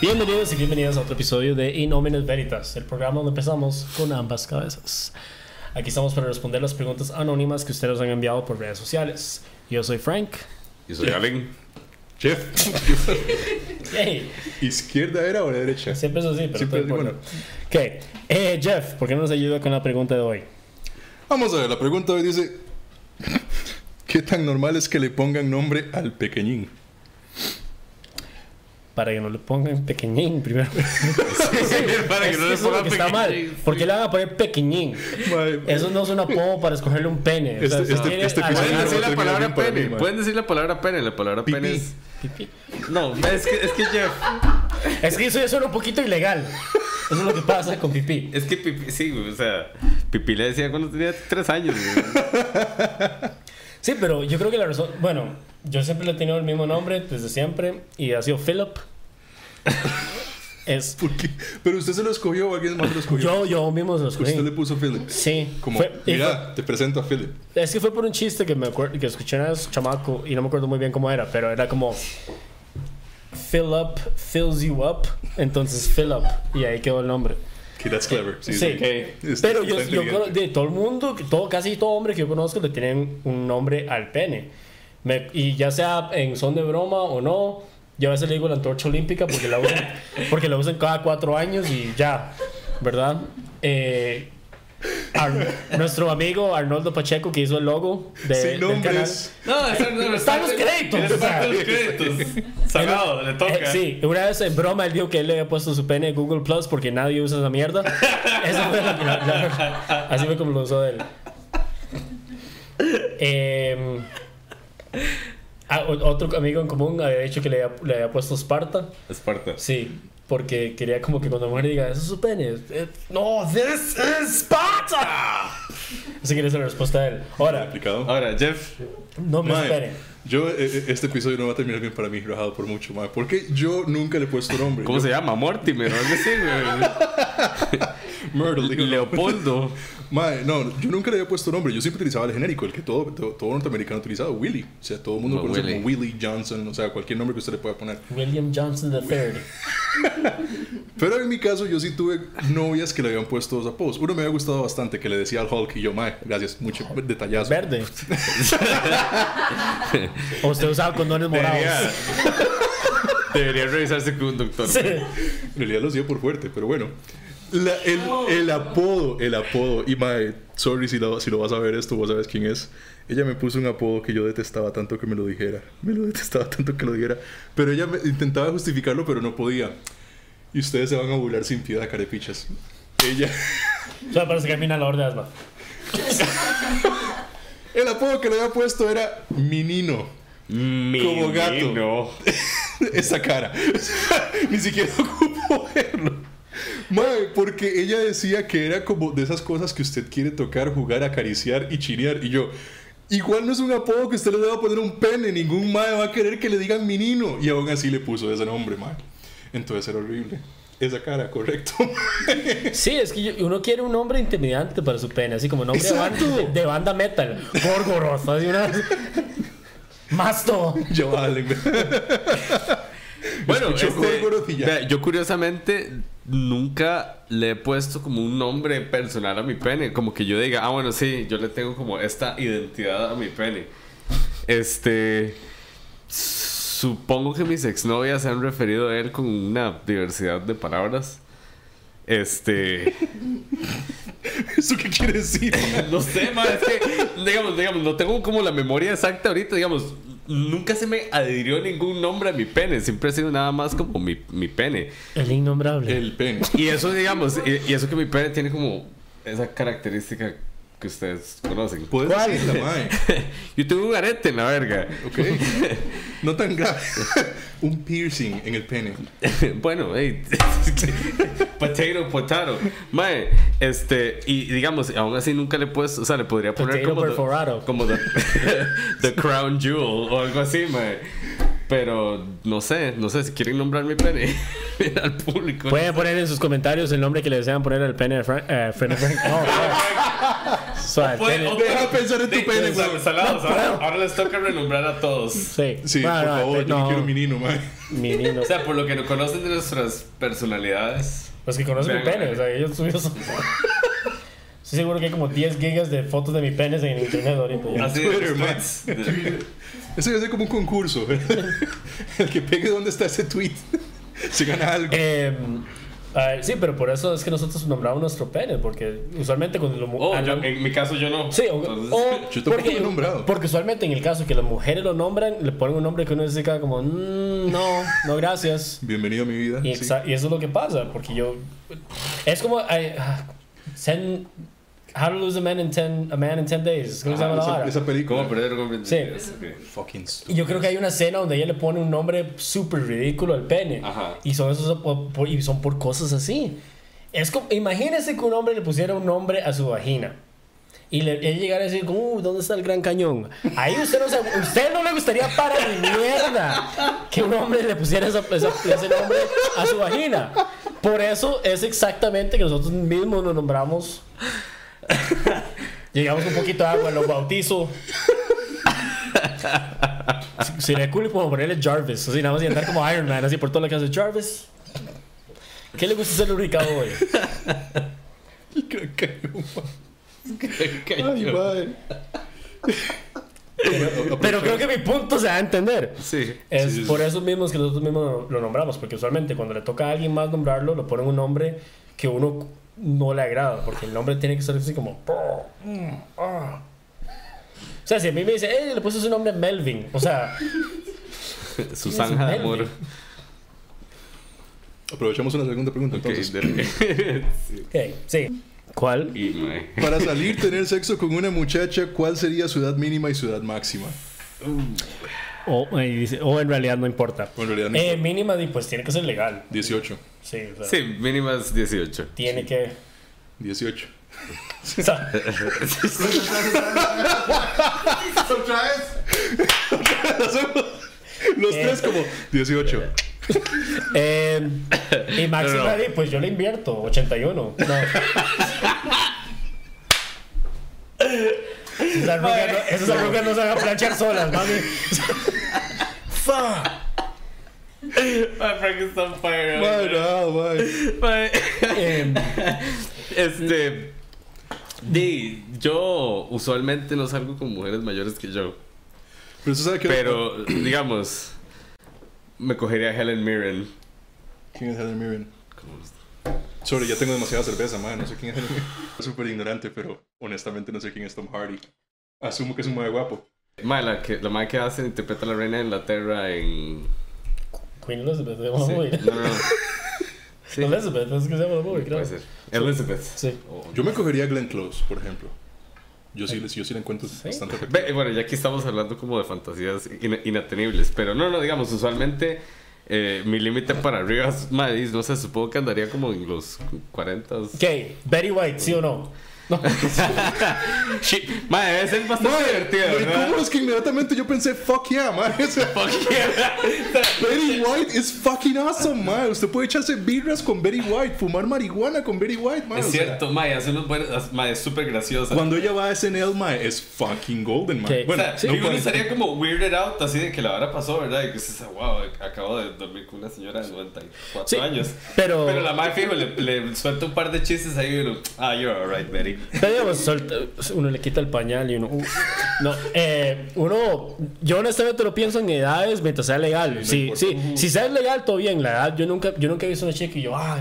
Bienvenidos y bienvenidas a otro episodio de In Hominis Veritas, el programa donde empezamos con ambas cabezas. Aquí estamos para responder las preguntas anónimas que ustedes han enviado por redes sociales. Yo soy Frank. Yo soy Allen. Chef. Hey, ¿Izquierda era o la derecha? siempre es así, pero Siempre todo es importa. Ok, eh, Jeff, ¿por qué no nos ayuda con la pregunta de hoy? Vamos a ver, la pregunta hoy dice: ¿Qué tan normal es que le pongan nombre al pequeñín? Para que no le pongan pequeñín primero. Para Eso es lo que está mal. ¿Por qué le van a poner pequeñín? Eso no es un apodo para escogerle un pene. O sea, Este- se este- quiere este alargar- episodio Pueden decir la palabra Bueno, no termina bien para pene. mí, man. Pueden decir la palabra pene. La palabra Pipí. pene es. No, es que, es que Jeff. Es que eso ya suena un poquito ilegal. Eso es lo que pasa con pipí. Es que pipí, sí, güey, o sea, pipí le decía cuando tenía tres años. güey. Sí, pero yo creo que la razón. Bueno, yo siempre le he tenido el mismo nombre desde siempre y ha sido Philip. Es. ¿Por qué? ¿Pero usted se lo escogió o alguien más se lo escogió? Yo, yo mismo se los Usted le cogí. puso Philip. Sí. Como, Fue- y mira, te presento a Philip. fue- es que fue por un chiste que me acuerdo, que escuché una vez chamaco y no me acuerdo muy bien cómo era, pero era como. Fill up fills you up. Entonces fill up. Y ahí quedó el nombre. Que that's clever. Sí. Sí, Es- pero está yo, yo inteligente. cono- de todo el mundo, que todo, casi todo hombre que yo conozco le tienen un nombre al pene. Me- y ya sea en son de broma o no, yo a veces le digo la antorcha olímpica porque la usan, porque la usan cada cuatro años y ya, ¿verdad? Eh, Ar- nuestro amigo Arnoldo Pacheco que hizo el logo de, Sin eh, del canal. nombres. No, eso no Están los créditos, o sea. Están los créditos. Sagrado, le toca. Eh, sí, una vez en broma él dijo que él le había puesto su pene en Google Plus porque nadie usa esa mierda. Esa fue la- la- la- así fue como lo usó él. Em, ah, o- otro amigo en común había dicho que le había, le había puesto Sparta. Esparta. Sí, porque quería como que cuando la mujer diga, eso es su pene. eh, no, this is Sparta. Así que esa es la respuesta de él. Ahora, Aplicado. Ahora, Jeff. Ah, no me Mae, esperen. yo, eh, eh, este episodio no va a terminar bien para mí, rajado por mucho, mae. Porque yo nunca le he puesto nombre. ¿Cómo se llama? Mortimer o algo así, güey. Myrtle, digo, no. Leopoldo. Mae, no, yo nunca le había puesto nombre. Yo siempre utilizaba el genérico, el que todo, todo, todo norteamericano utilizaba, Willy. O sea, todo el mundo No, conoce Willy. como Willy Johnson, o sea, cualquier nombre que usted le pueda poner. William Johnson III. Pero en mi caso, yo sí tuve novias que le habían puesto dos apodos. Uno me había gustado bastante, que le decía al Hulk y yo, Mae, gracias, mucho detallazo. Verde. o usted usaba condones morados. Debería, debería revisarse con un doctor. Sí. En realidad lo hacía por fuerte, pero bueno. La- el, el apodo, el apodo. Y Mae, sorry si lo, si lo vas a ver esto, vos sabes quién es. Ella me puso un apodo que yo detestaba tanto que me lo dijera. Me lo detestaba tanto que lo dijera. Pero ella me- intentaba justificarlo, pero no podía. Y ustedes se van a burlar sin piedad, carepichas. Ella. Solo para sacar mi inhalador de asma. El apodo que le había puesto era Minino. Mi Como gato. No. Esa cara. Ni siquiera ocupo verlo. Mae, porque ella decía que era como de esas cosas que usted quiere tocar, jugar, acariciar y chinear. Y yo, igual no es un apodo que usted le deba poner un pene. Ningún mae va a querer que le digan menino. Y aún así le puso ese nombre, mae. Entonces era horrible. Esa cara, correcto. Sí, es que yo- uno quiere un nombre intimidante para su pene, así como nombre de ban- de de Exacto. banda, metal. Gorgoroth, así una Masto. yo, vale. Bueno, Escuchó este, Gorgoroth y ya. vea, yo curiosamente nunca le he puesto como un nombre personal a mi pene. Como que yo diga, ah, bueno, sí, yo le tengo como esta identidad a mi pene. Este. Supongo que mis exnovias se han referido a él con una diversidad de palabras. Este. ¿Eso qué quiere decir? No sé, ma, es que, digamos, digamos, no tengo como la memoria exacta ahorita, digamos, nunca se me adhirió ningún nombre a mi pene, siempre ha sido nada más como mi, mi pene. El innombrable. El pene. Y eso, digamos, y, y eso que mi pene tiene como esa característica que ustedes conocen. Puedes ¿Cuál? decirla, mae. Yo tengo un arete en la verga. Ok. No tan grave. un piercing en el pene. bueno, hey, potato, potato. Mae, este, y digamos, aún así nunca le he puesto, o sea, le podría poner Potato como, perforado. The, como the, the Crown Jewel o algo así, mae. Pero no sé, no sé si quieren nombrar mi pene al público. Pueden poner en sus comentarios el nombre que le desean poner al pene de Frank. eh, Fran- Frank- No, Frank. Suave, O puede- pene. o- Deja pensar en tu pene, güey. Sal- salados, ahora, ahora les toca renombrar a todos. Sí, Sí, No, por no, favor, pe- yo no no, quiero mi nino, man. mi nino. O sea, por lo que no conocen de nuestras personalidades. Los Pues que conocen mi Vean, pene, o sea, ellos subieron. su- Estoy seguro que hay como 10 gigas de fotos de mi pene en internet ahorita. ya. Así Twitter, de los man. tweets. De- Eso debe ser como un concurso, ¿verdad? El que pegue dónde está ese tweet se gana algo. Eh, a ver, sí, pero por eso es que nosotros nombramos nuestro pene, porque usualmente cuando lo mu- Oh, a la- yo- en mi caso yo no. Ah, Sí, o, Entonces- o- yo tampoco lo he nombrado. porque usualmente en el caso que las mujeres lo nombran, le ponen un nombre que uno dice cada como, "Mm, no, no, gracias. Bienvenido a mi vida. Y, sí. exa- y eso es lo que pasa, porque yo... Es como... ay, ah, ten- how to lose a man in 10 a man in 10 days. ¿Cómo se llama la Ah, esa, vara? esa película. ¿Cómo perder un Sí. Ok. Fucking stupid. Y yo creo que hay una escena donde ella le pone un nombre súper ridículo al pene. Ajá. Y son, esos, po- po- y son por cosas así. Es como, imagínense que un hombre le pusiera un nombre a su vagina. Y le, él llegara a decir, como, "Uh, ¿dónde está el gran cañón? Ahí usted no, se, usted no le gustaría para mi mierda que un hombre le pusiera esa- esa- ese nombre a su vagina. Por eso es exactamente que nosotros mismos nos nombramos. Llegamos un poquito de agua, los bautizo. Sería cool como ponerle Jarvis, así nada más y andar como Iron Man, así por toda la casa. Jarvis, ¿qué le gusta hacer lubricado hoy? Gran cañón, man. Ay, Cañón. madre. Pero creo que mi punto se da a entender. Sí. Es Sí, sí, por eso mismo es que nosotros mismos lo nombramos, porque usualmente cuando le toca a alguien más nombrarlo, le ponen un nombre que uno no le agrada, porque el nombre tiene que ser así como... "Oh, mm, ah". O sea, si a mí me dice, eh, le puse su nombre Melvin, o sea, Su zanja de amor. Aprovechamos una segunda pregunta Ok, entonces. de- Sí. ok, sí. ¿Cuál? Y, mae. Para salir, tener sexo con una muchacha, ¿cuál sería su edad mínima y su edad máxima? O, eh, y dice, o en realidad no importa. Bueno, en realidad no Eh, importa. mínima, di, pues tiene que ser legal. 18. Sí, o sea, Sí, mínimas 18. tiene que... 18. o sea, ¿Otra vez? Los Eh. tres como 18. eh, y máxima, No, no. di, pues yo le invierto, 81. No. Esas arrugas, no, esas arrugas no se van a planchar solas, mami. Fa. My Frank is on fire. Madre, ah, madre. Mae. Em, Este. Di, yo usualmente no salgo con mujeres mayores que yo. Pero usted sabe que... Pero, digamos, me cogería a Helen Mirren. ¿Quién es Helen Mirren? Sorry, ya tengo demasiada cerveza, madre. No sé quién es Helen Mirren. Súper ignorante, pero honestamente no sé quién es Tom Hardy. Asumo que es un madre guapo. Mae, la, que, la mae que hace interpreta a la reina de Inglaterra en. Queen Elizabeth, se llama la movie. No, no, no. Sí, Elizabeth, es que se llama la movie, creo. puede ser. Elizabeth. Sí. O- Yo me cogería a Glenn Close, por ejemplo. Yo sí, yo sí la encuentro bastante atractiva. Ve, bueno, ya aquí estamos hablando como de fantasías ina- inatenibles, pero no, no, digamos, usualmente eh, mi límite para arriba es Madis, no sé, supongo que andaría como en los 40. Ok, Betty White, ¿sí o no? Sí, Madre, debe ser bastante divertido, Pero ¿verdad? ¿Cómo es que inmediatamente yo pensé, fuck yeah, madre? O sea, Fuck yeah. Betty White es fucking awesome, madre. Usted puede echarse birras con Betty White, fumar marihuana con Betty White, madre. Es O sea, cierto, Mae, hace unos buenos. Mae, es súper graciosa. Cuando ella va a SNL, mae, es fucking golden, mae. Sí. O Bueno, sea, no y uno puede- estaría como weirded out, así de que la hora pasó, ¿verdad? Y que se dice, wow, acabo de dormir con una señora de 94 Sí, años. pero- Pero la madre fijo le, le suelta un par de chistes ahí y uno, ah, you're alright, Betty. Pero digamos, solta- uno le quita el pañal y uno. uh, no, eh, uno. Yo honestamente lo pienso en edades mientras sea legal. Sí, importa. sí, Si sea legal, todo bien. La edad, yo nunca, yo nunca he visto una chica y yo, ah,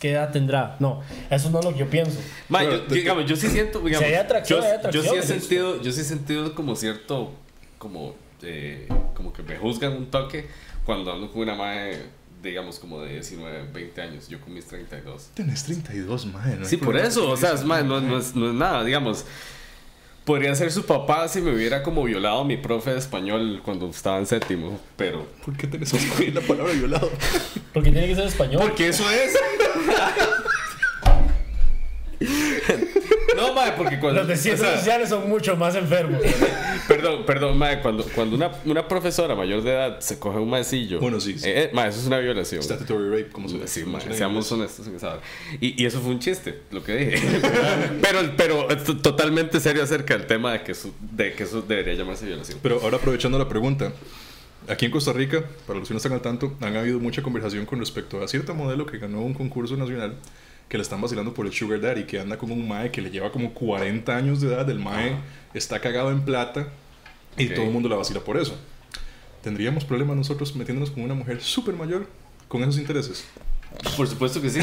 ¿qué edad tendrá? No, eso no es lo que yo pienso. Ma, Bueno, yo, de- digamos, yo sí siento, digamos, hay atracción, yo, hay yo atracción, sí he es justo. sentido, yo sí he sentido como cierto, como, eh, como que me juzgan un toque cuando ando con una madre, digamos, como de 19, 20 años, yo con mis 32. Tenés 32, mae. no hay Sí, por problema. eso, o sea, es más, no, no es, no es nada, digamos. Podría ser su papá si me hubiera como violado mi profe de español cuando estaba en séptimo, pero... ¿Por qué tenés que escribir la palabra violado? Porque tiene que ser español. Porque eso es... No, mae, porque cuando. Los de ciencias o sea, sociales son mucho más enfermos. Perdón, perdón, mae, cuando, cuando una, una profesora mayor de edad se coge un maecillo. Bueno, sí, sí. Eh, eh, mae, eso es una violación. Statutory rape, como se Sí, como mae, se llama. seamos honestos en esa hora. Y, y eso fue un chiste, lo que dije. pero pero es to- totalmente serio acerca del tema de que eso, de que eso debería llamarse violación. Pero ahora aprovechando la pregunta, aquí en Costa Rica, para los que no están al tanto, han habido mucha conversación con respecto a cierto modelo que ganó un concurso nacional que le están vacilando por el Sugar Daddy, que anda con un mae que le lleva como 40 años de edad, el mae está cagado en plata y Ok. todo el mundo la vacila por eso. ¿Tendríamos problemas nosotros metiéndonos con una mujer súper mayor con esos intereses? Por supuesto que sí.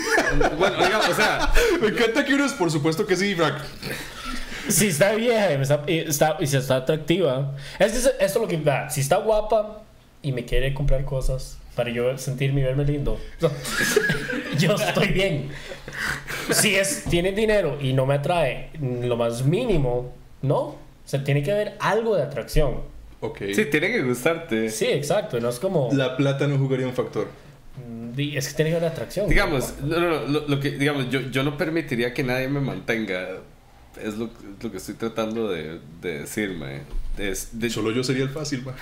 bueno, oiga, o sea, Me encanta que uno es, por supuesto que sí, Frank. si está vieja y, me está, y, está, y se está atractiva, es que eso- esto es lo que da. Si está guapa y me quiere comprar cosas para yo sentirme y verme lindo, no, yo estoy bien. Si es, tiene dinero y no me atrae en lo más mínimo, no. se tiene que haber algo de atracción. Ok. sí, tiene que gustarte. Sí, exacto. No es como. La plata no jugaría un factor. di- Es que tiene que haber atracción. Digamos, no, no, no, lo, lo que, digamos yo, yo no permitiría que nadie me mantenga. Es lo, es lo que estoy tratando de, de decir, mae. Es, de, Solo yo sería el fácil, mae.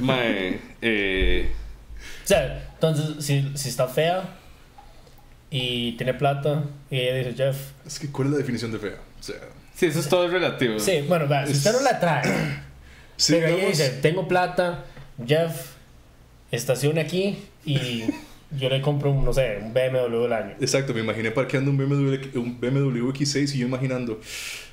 mae, eh, O sea, entonces, si, si está fea y tiene plata y ella dice, Jeff, es que, ¿cuál es la definición de fea? O sea, sí, eso es todo relativo. Sí, bueno, vea, si usted no la trae, si pero ella digamos- dice, tengo plata, Jeff, estaciona aquí y yo le compro, un, no sé, un BMW del año. Exacto, me imaginé parqueando un BMW, un BMW X6 y yo imaginando,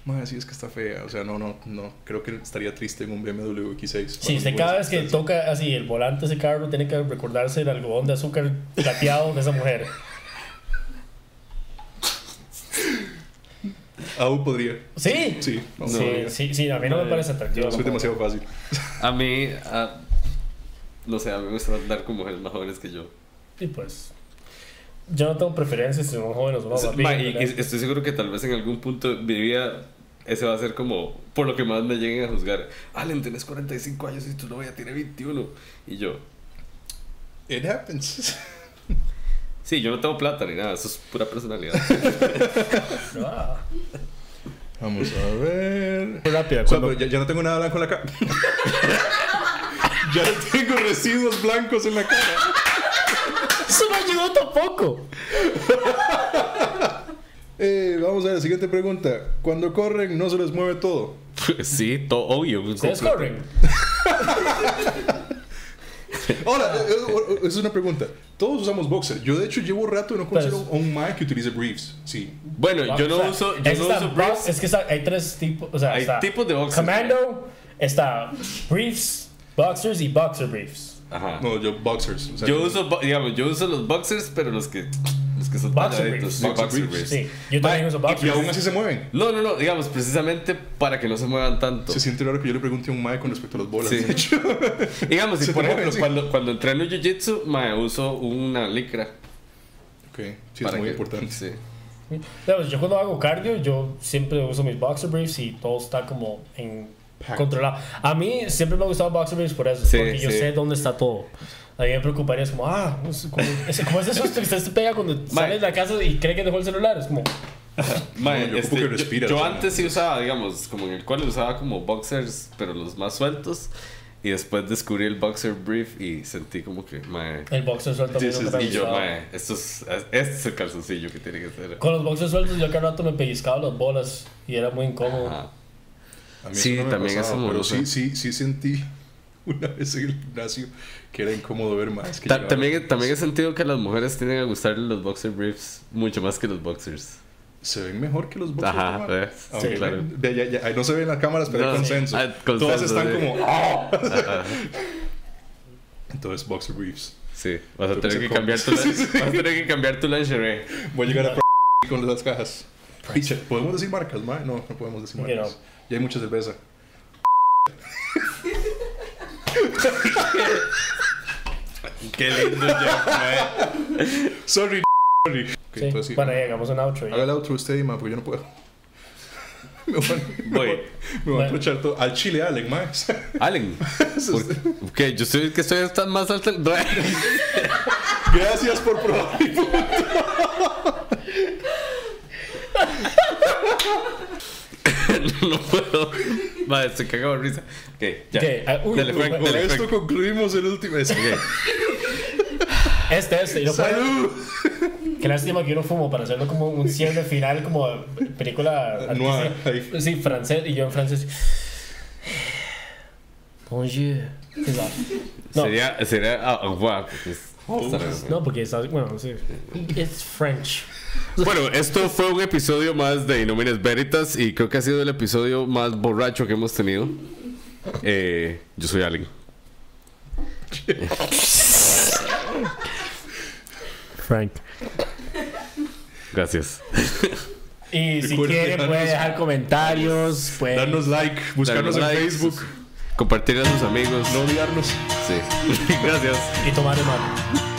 madre, sí es que está fea. O sea, no, no, no, creo que estaría triste en un BMW X6. Sí, usted cada vez que toca así el volante de ese carro tiene que recordarse el algodón de azúcar plateado de esa mujer. Aún podría. Sí, sí, Sí, no, No, sí, yo- sí, a mí no me parece atractivo. soy demasiado fácil. A mí, a- no sé, a mí me gusta andar con mujeres más jóvenes que yo. Y pues, yo no tengo preferencias si son jóvenes o no. Es- más ma, bien, y, y ¿verdad? estoy seguro que tal vez en algún punto de mi vida ese va a ser como por lo que más me lleguen a juzgar. Allen, tenés 45 años y tu novia tiene 21. Y yo, It happens. sí, yo no tengo plata ni nada, eso es pura personalidad. Ah. Vamos a ver. Muy rápida, O sea, cuando- pero ya, ya no tengo nada blanco en la cara. ya no tengo residuos blancos en la cara. Eso no ayudó tampoco. Eh, vamos a la siguiente pregunta. Cuando corren, no se les mueve todo. Pues sí, todo obvio. pues, Ustedes corren. Ah. Ahora, eh, eh, es una pregunta. Todos usamos boxer. Yo, de hecho, llevo rato y no considero Pues- a un mae que utilice briefs. Sí. Bueno, yo no O sea, uso, yo es no que uso está briefs. box- Es que está- hay tres tipos. O sea, Hay está tipos de boxers, Commando, está briefs, boxers y boxer briefs. Ajá. No, yo boxers. o sea, Yo uso, bo- digamos, yo uso los boxers, pero los que, los que son Boxer talladitos, briefs. sí, Boxer boxer briefs. briefs. Sí, yo Ma, también uso Y boxers. aún así se mueven. No, no, no, digamos, precisamente para que no se muevan tanto. Se siente raro que yo le pregunte a un mae con respecto a las bolas. Sí. de hecho. Digamos, si Se por te ejemplo, mueven, sí. cuando, cuando entreno jiu-jitsu, me uso una licra. Ok, sí, es muy que- importante. Sí. Digamos, Yo cuando hago cardio, yo siempre uso mis boxer briefs y todo está como en Packed. controlado. A mí siempre me ha gustado boxer briefs por eso, Sí, porque yo sí. sé dónde está todo. A mí me preocuparía, es como, ah, es como, es como ese susto que usted se pega cuando sale de la casa y cree que dejó el celular. Es como, Mae, yo ocupo este, que yo- respiras, yo ¿no? antes sí usaba, digamos, como en el cual usaba como boxers, pero los más sueltos. Y después descubrí el boxer brief y sentí como que, mae. el boxer suelto. a mí This nunca is- me ha Y yo, gustado. mae, esto es, este es el calzoncillo que tiene que ser. Con los boxers sueltos yo cada rato me pellizcaba las bolas y era muy incómodo. Ajá. A mí Sí, eso no me también pasaba, es Pero amoroso. sí, sí, sí sentí una vez en el gimnasio que era incómodo ver más. Que Ta- llegaban. también, también he sentido que a las mujeres tienen a gustarle los boxer briefs mucho más que los boxers. Se ven mejor que los boxers. Ah, Ajá, eh, mae. sí, Aunque claro. ven- de- ya- ya- no se ven las cámaras, pero hay No, sí. Ah, consenso. Hay Todas consenso, están sí. como. ¡ah! Entonces, boxer briefs. Sí, vas a Creo que tener se que come. cambiar tu, Sí, sí. vas a tener que cambiar tu lingerie. Voy a llegar a pr- con las cajas. Picha, ¿Podemos decir marcas, mae? No, no podemos decir ¿Por qué marcas. Ya hay mucha cerveza. Qué lindo ya, Sorry, sorry. Ok, Sí. entonces sí. Bueno, ya hagamos un outro. ya. Haga el outro usted y porque yo no puedo. Me van, me Voy. van- me van a Bueno. aprovechar todo. Al chile, Alec, más. Allen, ¿por qué? Yo estoy que estoy hasta más alta. Gracias por probar. no puedo. Madre, se cagaba de risa. Ok, ya. Ok, ah, uy, dale, uy, Frank, uy, Con dale, esto Frank. concluimos el último. Es- Este, este. Y no puedo- ¡Salud! Qué lástima que yo no fumo para hacerlo como un cierre final, como de película Noir, artística. ahí. Sí, francés. Y yo en francés. Bonjour. Sí, va. No, Sería, sería ah, au revoir, porque es- Oh, está bien. no, porque está. Bueno, sí. It's French. Bueno, esto fue un episodio más de Inomines Veritas y creo que ha sido el episodio más borracho que hemos tenido. Eh, yo soy Allen. Frank. Gracias. Y si Recuerden quiere, puede dejarnos- dejar comentarios. Puede... Darnos like, Darnos buscarnos en like, Facebook, Compartir a sus amigos. no odiarnos. Sí. Gracias. Y tomar el mano.